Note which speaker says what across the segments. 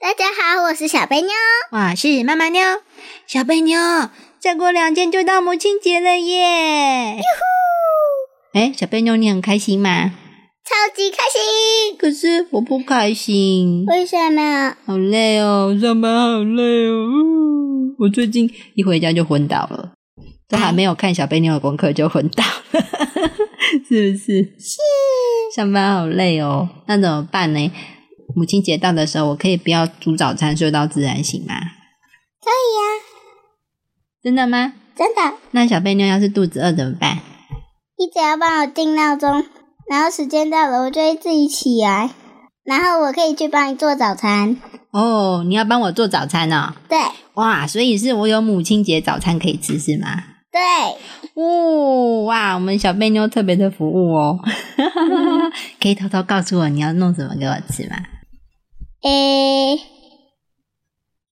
Speaker 1: 大家好，我是小贝妞。
Speaker 2: 我是妈妈妞，小贝妞，再过两天就到母亲节了耶！哎，小贝妞，你很开心吗？
Speaker 1: 超级开心。
Speaker 2: 可是我不开心，
Speaker 1: 为什么？
Speaker 2: 好累哦，上班好累哦。呜我最近一回家就昏倒了，都还没有看小贝妞的功课就昏倒了， 是不是？是。上班好累哦，那怎么办呢？母亲节到的时候，我可以不要煮早餐睡到自然醒吗？
Speaker 1: 可以啊
Speaker 2: 真的吗？
Speaker 1: 呀、真的。
Speaker 2: 那小贝妞要是肚子饿怎么办？
Speaker 1: 一直要帮我定闹钟，然后时间到了，我就会自己起来，然后我可以去帮你做早餐。
Speaker 2: 哦，你要帮我做早餐哦。
Speaker 1: 对
Speaker 2: 哇，所以是我有母亲节早餐可以吃是吗？
Speaker 1: 对，
Speaker 2: 哦，哇，我们小贝妞特别的服务哦， 可以偷偷告诉我你要弄什么给我吃吗？
Speaker 1: 诶、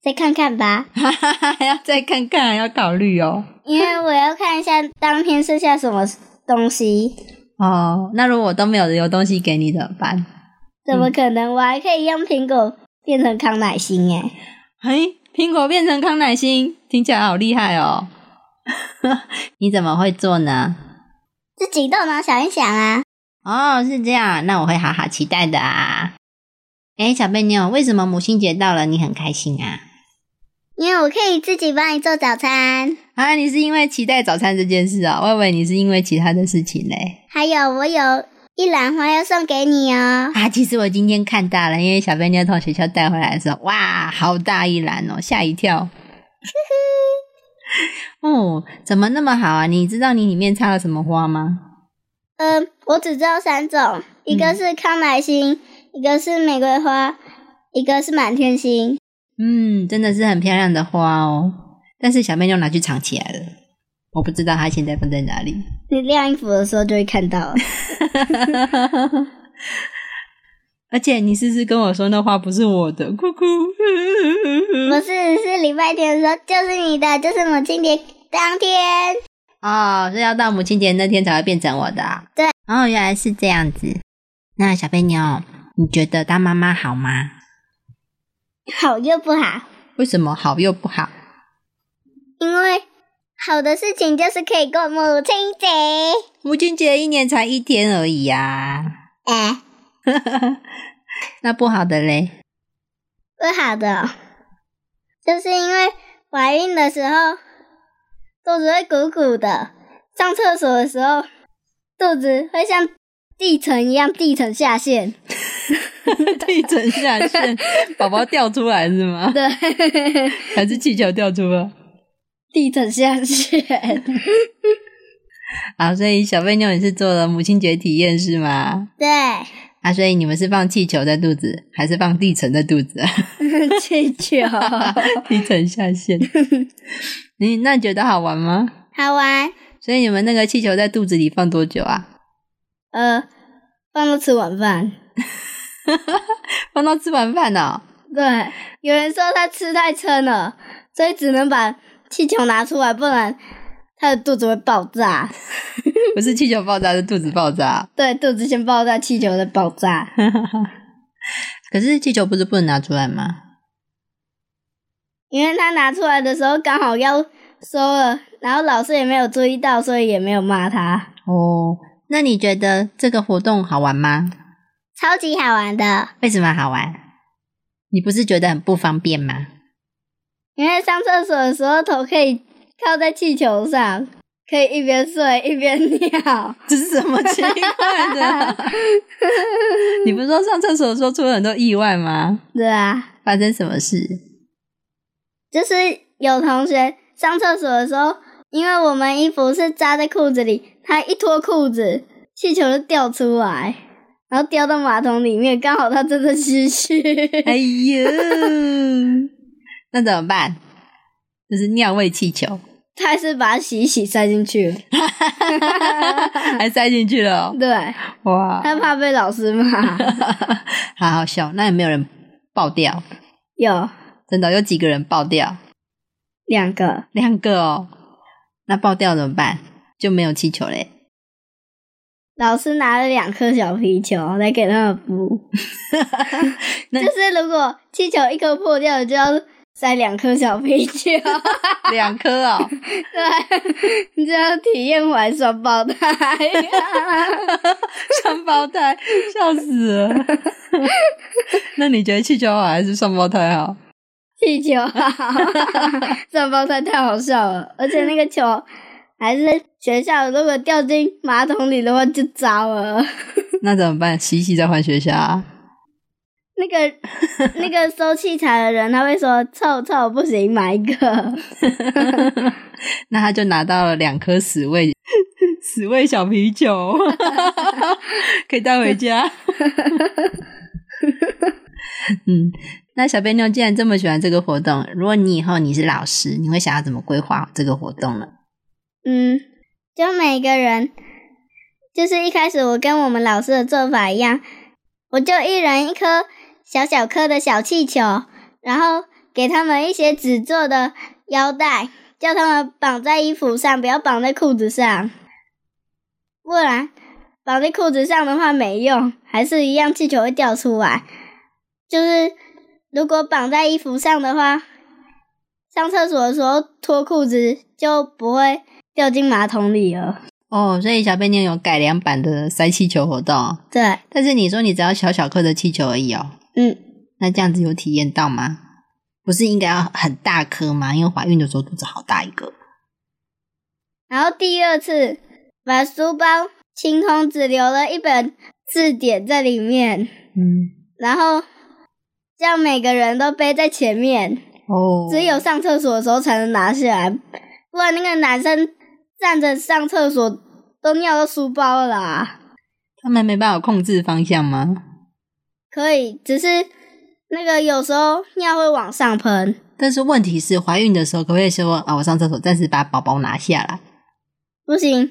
Speaker 1: 再看看吧，
Speaker 2: 哈哈哈，还 要再看看，还要考虑哦。
Speaker 1: 因为我要看一下当天剩下什么东西。
Speaker 2: 哦，那如果我都没有留东西给你怎么办？
Speaker 1: 怎么可能？我还可以用苹果变成康乃馨诶、
Speaker 2: 嘿，苹果变成康乃馨，听起来好厉害哦。 你怎么会做呢？
Speaker 1: 自己动脑想一想啊。
Speaker 2: 哦，是这样，那我会好好期待的啊。哎，小贝妞，为什么母亲节到了你很开心啊？
Speaker 1: 因为我可以自己帮你做早餐，
Speaker 2: 啊，你是因为期待早餐这件事啊、我以为你是因为其他的事情嘞。
Speaker 1: 还有我有一篮花要送给你哦。
Speaker 2: 啊，其实我今天看到了，因为小贝妞从学校带回来的时候，哇，好大一篮哦，吓一跳。 哦，怎么那么好啊？你知道你里面插了什么花吗？
Speaker 1: 嗯，我只知道三种，一个是康乃馨，一个是玫瑰花，一个是满天星。
Speaker 2: 嗯，真的是很漂亮的花哦。但是小贝妞拿去藏起来了，我不知道它现在放在哪里。
Speaker 1: 你晾衣服的时候就会看到了。
Speaker 2: 而且你试试跟我说那花不是我的，哭哭。
Speaker 1: 不是，是礼拜天的时候，就是你的，就是母亲节当天。
Speaker 2: 哦，是要到母亲节那天才会变成我的、啊。
Speaker 1: 对，
Speaker 2: 哦，原来是这样子。那小贝妞，你觉得当妈妈好吗？
Speaker 1: 好又不好，
Speaker 2: 为什么好又不好？
Speaker 1: 因为好的事情就是可以过母亲节。
Speaker 2: 母亲节一年才一天而已啊。
Speaker 1: 哎，
Speaker 2: 那不好的嘞？
Speaker 1: 不好的哦，就是因为怀孕的时候肚子会鼓鼓的，上厕所的时候肚子会像地层一样地层下陷。
Speaker 2: 地层下陷，宝宝掉出来是吗？
Speaker 1: 对，
Speaker 2: 还是气球掉出来？
Speaker 1: 地层下陷。
Speaker 2: 啊，所以小贝妞你是做了母亲节体验是吗？
Speaker 1: 对，
Speaker 2: 啊，所以你们是放气球在肚子，还是放地层在肚子啊？
Speaker 1: 气球
Speaker 2: 地层下陷。你那你觉得好玩吗？
Speaker 1: 好玩。
Speaker 2: 所以你们那个气球在肚子里放多久啊？
Speaker 1: 呃，放到吃晚饭。
Speaker 2: 放到吃完饭哦。
Speaker 1: 对，有人说他吃太撑了，所以只能把气球拿出来，不然他的肚子会爆炸。
Speaker 2: 不是气球爆炸，是肚子爆炸。
Speaker 1: 对，肚子先爆炸，气球再爆 炸。
Speaker 2: 可是气球不是不能拿出来吗？
Speaker 1: 因为他拿出来的时候刚好要收了，然后老师也没有注意到，所以也没有骂他。
Speaker 2: 哦，那你觉得这个活动好玩吗？
Speaker 1: 超级好玩的，
Speaker 2: 为什么好玩？你不是觉得很不方便吗？
Speaker 1: 因为上厕所的时候头可以靠在气球上，可以一边睡一边 尿。
Speaker 2: 这是什么奇怪的？ 你不是说上厕所的时候出了很多意外吗？
Speaker 1: 对啊，
Speaker 2: 发生什么事？
Speaker 1: 就是有同学上厕所的时候，因为我们衣服是扎在裤子里，他一脱裤子，气球就掉出来。然后掉到马桶里面，刚好他真的失去，
Speaker 2: 哎呦，那怎么办？就是尿味气 球，
Speaker 1: 他还是把它洗一洗塞进去了。
Speaker 2: 还塞进去了哦、
Speaker 1: 对，
Speaker 2: 哇，
Speaker 1: 他怕被老师骂。
Speaker 2: 好好笑。那有没有人爆掉？
Speaker 1: 有
Speaker 2: 真的有几个人爆掉？
Speaker 1: 两个，
Speaker 2: 两个哦。那爆掉怎么办？就没有气球嘞。
Speaker 1: 老师拿了两颗小皮球来给他们补，
Speaker 2: 那
Speaker 1: 就是如果气球一颗破掉了，就要塞两颗小皮球。
Speaker 2: 两颗 哦，
Speaker 1: 对，你就要体验玩双胞胎。
Speaker 2: 双胞胎，笑死 了。那你觉得气球好还是双胞胎好？
Speaker 1: 气球好，双胞胎太好笑了，而且那个球还是学校，如果掉进马桶里的话就糟了。
Speaker 2: 那怎么办？洗一洗再换学校啊？
Speaker 1: 那个那个 收器材的人他会说臭臭不行，买一个。
Speaker 2: 那他就拿到了两颗死味 死味小啤酒， 可以带回家。 嗯，那小贝妞既然这么喜欢这个活动，如果你以后你是老师，你会想要怎么规划这个活动呢？
Speaker 1: 嗯，就每个人，就是一开始我跟我们老师的做法一样，我就一人一颗小小颗的小气球，然后给他们一些纸做的腰带，叫他们绑在衣服上，不要绑在裤子上，不然绑在裤子上的话没用，还是一样气球会掉出来。就是如果绑在衣服上的话，上厕所的时候脱裤子就不会掉进马桶里了。
Speaker 2: 哦，所以小贝妞有改良版的塞气球活动哦，
Speaker 1: 对，
Speaker 2: 但是你说你只要小小颗的气球而已哦，
Speaker 1: 嗯，
Speaker 2: 那这样子有体验到吗？不是应该要很大颗吗？因为怀孕的时候肚子好大一个。
Speaker 1: 然后第二次把书包清空，只留了一本字典在里面，
Speaker 2: 嗯，
Speaker 1: 然后让每个人都背在前面，
Speaker 2: 哦，
Speaker 1: 只有上厕所的时候才能拿下来，不然那个男生站着上厕所都尿到书包了啊。
Speaker 2: 他们没办法控制方向吗？
Speaker 1: 可以，只是那个有时候尿会往上喷，
Speaker 2: 但是问题是，怀孕的时候可不可以说啊，我上厕所暂时把宝宝拿下来？
Speaker 1: 不行。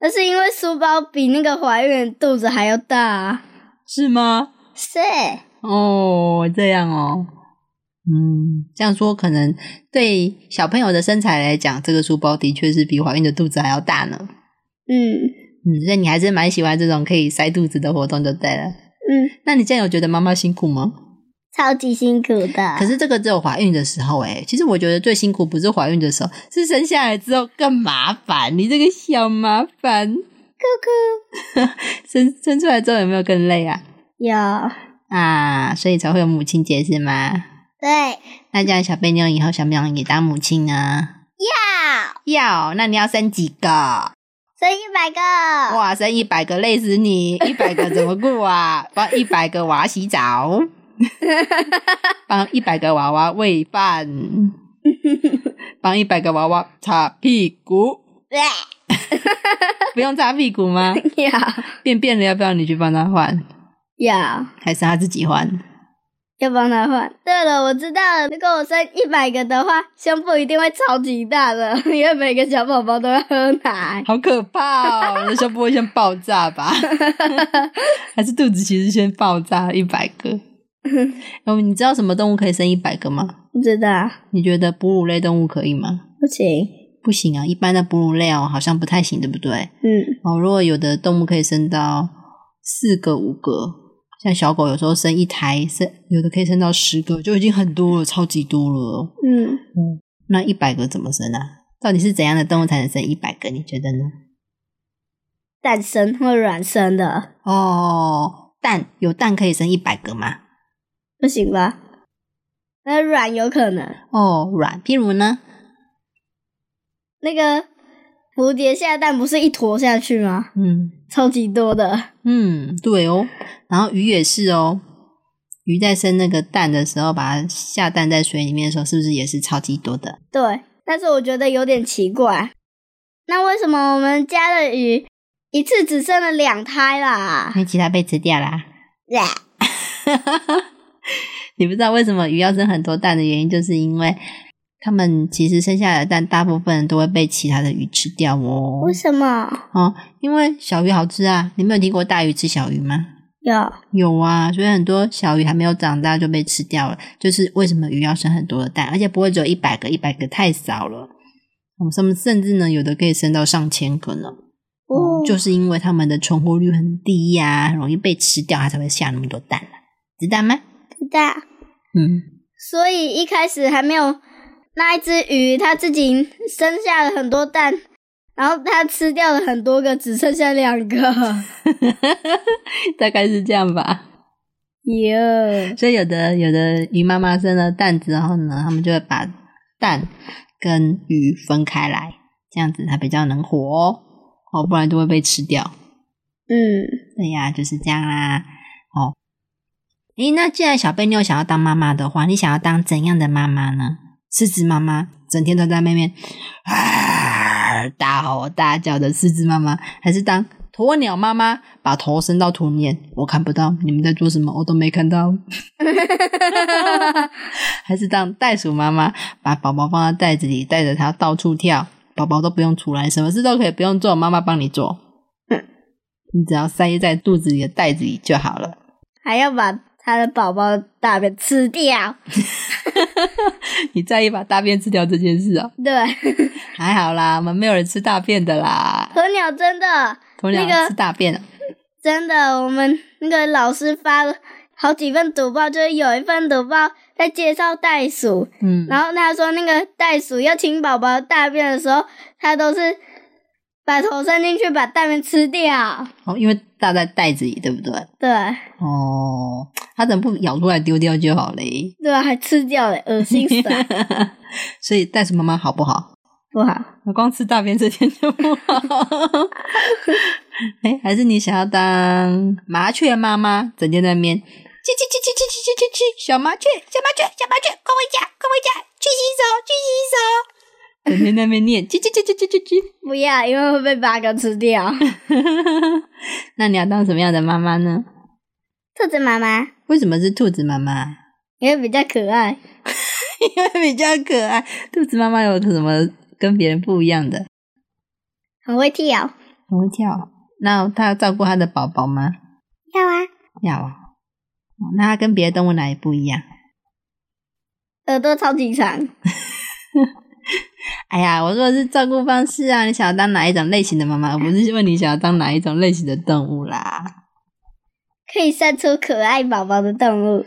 Speaker 1: 那是因为书包比那个怀孕的肚子还要大、啊。
Speaker 2: 是吗？
Speaker 1: 是，
Speaker 2: 哦，这样哦，嗯，这样说可能对小朋友的身材来讲，这个书包的确是比怀孕的肚子还要大呢。
Speaker 1: 嗯
Speaker 2: 嗯，所以你还是蛮喜欢这种可以塞肚子的活动就对了。
Speaker 1: 嗯，
Speaker 2: 那你这样有觉得妈妈辛苦吗？
Speaker 1: 超级辛苦的。
Speaker 2: 可是这个只有怀孕的时候哎、其实我觉得最辛苦不是怀孕的时候，是生下来之后更麻烦。你这个小麻烦， 生生出来之后有没有更累啊？
Speaker 1: 有
Speaker 2: 啊，所以才会有母亲节是吗？
Speaker 1: 对
Speaker 2: 那这样小贝妞以后想不想也当母亲呢？
Speaker 1: 要
Speaker 2: 要，那你要生几个？
Speaker 1: 生一百个，
Speaker 2: 哇，生一百个累死你！一百个怎么顾啊？ 帮一百个娃洗澡， 帮一百个娃娃喂饭， 帮一百个娃娃擦屁股。
Speaker 1: 对，
Speaker 2: 不用擦屁股吗？
Speaker 1: 要
Speaker 2: 便便了要不要你去帮他换？
Speaker 1: 要
Speaker 2: 还是他自己换？
Speaker 1: 要帮他换。对了，我知道了。如果我生一百个的话，胸部一定会超级大的， 因为每个小宝宝都要喝奶。
Speaker 2: 好可怕哦！你的胸部会先爆炸吧？还是肚子其实先爆炸一百个？哦，你知道什么动物可以生一百个吗？
Speaker 1: 不知道，
Speaker 2: 你觉得哺乳类动物可以吗？
Speaker 1: 不行。
Speaker 2: 不行啊，一般的哺乳类哦，好像不太行，对不对？
Speaker 1: 嗯，
Speaker 2: 哦，如果有的动物可以生到四个、五个，像小狗有时候生一台，生有的可以生到十个，就已经很多了，超级多了哦。
Speaker 1: 嗯。
Speaker 2: 那一百个怎么生啊？到底是怎样的动物才能生一百个？你觉得呢？
Speaker 1: 蛋生或卵生的，
Speaker 2: 哦，蛋有蛋可以生一百个吗？
Speaker 1: 不行吧？那卵有可能，
Speaker 2: 哦，卵，譬如呢？
Speaker 1: 那个蝴蝶下蛋不是一坨下去吗？
Speaker 2: 嗯
Speaker 1: 超级多的，
Speaker 2: 嗯，对哦。然后鱼也是哦，鱼在生那个蛋的时候，把它下蛋在水里面的时候，是不是也是超级多的？
Speaker 1: 对。但是我觉得有点奇怪，那为什么我们家的鱼一次只生了两胎啦
Speaker 2: 因。为其他被吃掉啦。你不知道为什么鱼要生很多蛋的原因，就是因为它们其实生下来的蛋，大部分都会被其他的鱼吃掉哦。
Speaker 1: 为什么？
Speaker 2: 哦，因为小鱼好吃啊，你没有听过大鱼吃小鱼吗？
Speaker 1: 有
Speaker 2: 有啊，所以很多小鱼还没有长大就被吃掉了，就是为什么鱼要生很多的蛋，而且不会只有一百个，一百个太少了。我们甚甚至呢，有的可以生到上千个呢，
Speaker 1: 哦，
Speaker 2: 就是因为它们的存活率很低呀、很容易被吃掉，它才会下那么多蛋啊知道吗？
Speaker 1: 知道。
Speaker 2: 嗯，
Speaker 1: 所以一开始还没有那一只鱼，它自己生下了很多蛋，然后它吃掉了很多个，只剩下两个。
Speaker 2: 大概是这样吧。
Speaker 1: 耶、
Speaker 2: 所以有的有的鱼妈妈生了蛋之后呢，他们就会把蛋跟鱼分开来，这样子它比较能活哦，哦，不然就会被吃掉。
Speaker 1: 嗯，
Speaker 2: 对呀、就是这样啦。哦，诶，那既然小贝妞想要当妈妈的话，你想要当怎样的妈妈呢？狮子妈妈，整天都在那边啊大吼大叫的狮子妈妈，还是当鸵鸟妈妈，把头伸到土里面，我看不到你们在做什么，我都没看到。 还是当袋鼠妈妈，把宝宝放在袋子里，带着它到处跳，宝宝都不用出来，什么事都可以不用做，妈妈帮你做。你只要塞在肚子里的袋子里就好了。
Speaker 1: 还要把它的宝宝的大便吃掉。
Speaker 2: 你在意把大便吃掉这件事哦？
Speaker 1: 对，
Speaker 2: 还好啦，我们没有人吃大便的啦。
Speaker 1: 鸵鸟真的
Speaker 2: 鸵鸟
Speaker 1: 那个
Speaker 2: 吃大便、啊，
Speaker 1: 真的，我们那个老师发了好几份读报，就是有一份读报在介绍袋鼠，
Speaker 2: 嗯，
Speaker 1: 然后他说，那个袋鼠要清宝宝大便的时候，它都是把头伸进去把大便吃掉。
Speaker 2: 哦，因为大在袋子里，对不对？
Speaker 1: 对，
Speaker 2: 哦，它怎么不咬出来丢掉就好嘞？
Speaker 1: 对啊，还吃掉了，恶心死 啊了，
Speaker 2: 所以袋鼠妈妈好不好？
Speaker 1: 不好。
Speaker 2: 光吃大便这件就不好。 哎、还是你想要当麻雀妈妈，整天在那边叽叽叽叽叽叽叽叽叽叽，小麻雀，小麻雀，小麻雀，快回家，快回家，去洗手，去洗手。整天在那边念叽叽叽叽叽叽 叽。
Speaker 1: 不要，因为会被八哥吃掉。
Speaker 2: 那你要当什么样的妈妈呢？
Speaker 1: 兔子妈妈
Speaker 2: 为什么是兔子妈妈？
Speaker 1: 也比较可爱，
Speaker 2: 因为比较可爱。兔子妈妈有什么跟别人不一样的？
Speaker 1: 很会跳。
Speaker 2: 很会跳。那她要照顾她的宝宝吗？
Speaker 1: 要啊，
Speaker 2: 要啊、哦那它跟别的动物哪里不一样？
Speaker 1: 耳朵超级长。
Speaker 2: 哎呀，我说的是照顾方式啊，你想要当哪一种类型的妈妈？我不是问你想要当哪一种类型的动物啦。
Speaker 1: 可以生出可爱宝宝的动 物，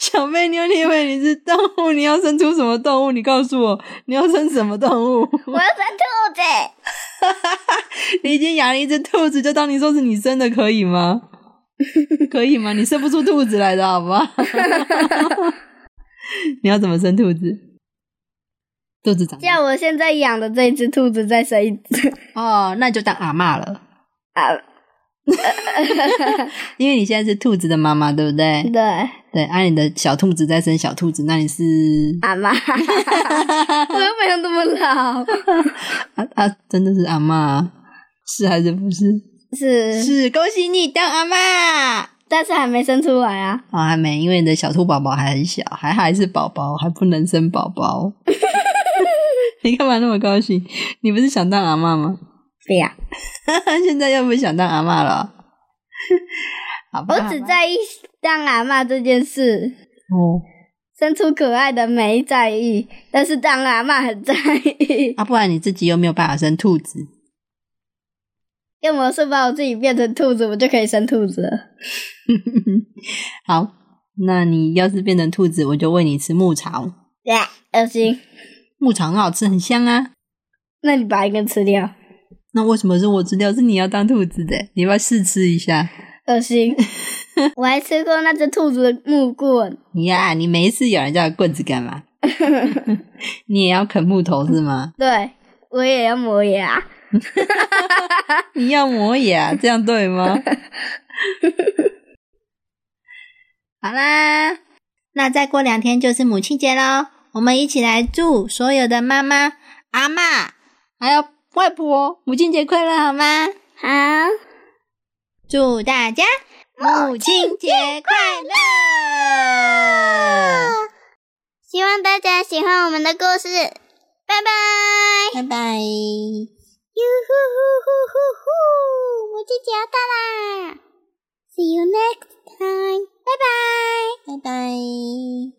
Speaker 2: 小妹妞，你以为你是动物？你要生出什么动物？你告诉我，你要生什么动物？
Speaker 1: 我要生兔子。
Speaker 2: 你已经养了一只兔子，就当你说是你生的，可以吗？ 可以吗？你生不出兔子来的，好不好？ 你要怎么生兔子？兔子长大
Speaker 1: 像我现在养的这只兔子再生一只
Speaker 2: 哦，那你就当阿嬷了。
Speaker 1: 啊，
Speaker 2: 因为你现在是兔子的妈妈，对不对？
Speaker 1: 对，
Speaker 2: 对，按、你的小兔子在生小兔子，那 你是
Speaker 1: 阿妈，我又没有那么老，
Speaker 2: 啊啊，真的是阿嬷，啊是还是不是？
Speaker 1: 是
Speaker 2: 是，恭喜你当阿嬷。
Speaker 1: 但是还没生出来啊。
Speaker 2: 哦，还没，因为你的小兔宝宝还很小，还还是宝宝，还不能生宝 宝。你干嘛那么高兴？你不是想当阿嬷吗？
Speaker 1: 对呀、
Speaker 2: 现在又不想当阿嬷了， 好吧？
Speaker 1: 我只
Speaker 2: 好吧
Speaker 1: 在意当阿妈这件事，
Speaker 2: 哦，
Speaker 1: 生出可爱的没在意，但是当阿妈很在意。
Speaker 2: 啊，不然你自己又没有办法生兔子，
Speaker 1: 用魔术把我自己变成兔子，我就可以生兔子了。
Speaker 2: 好，那你要是变成兔子，我就喂你吃牧草。
Speaker 1: 恶心，
Speaker 2: 牧草很好吃，很香啊。
Speaker 1: 那你把一个吃掉，
Speaker 2: 那为什么是我吃掉？是你要当兔子的？你要不要试吃一下？
Speaker 1: 恶 心。我还吃过那只兔子的木棍，
Speaker 2: 呀、你每一次咬人家的棍子干嘛？ 你也要啃木头是吗？
Speaker 1: 对我也要磨牙。
Speaker 2: 你要磨牙，这样对吗？ 好啦，那再过两天就是母亲节喽，我们一起来祝所有的妈妈、阿嬷，还有外婆，母亲节快乐好吗？
Speaker 1: 好，
Speaker 2: 祝大家母亲节快乐！
Speaker 1: 希望大家喜欢我们的故事，拜拜。
Speaker 2: 拜拜。
Speaker 1: 哟呼呼呼呼呼，母亲节要到啦！See you next time，拜拜，拜拜。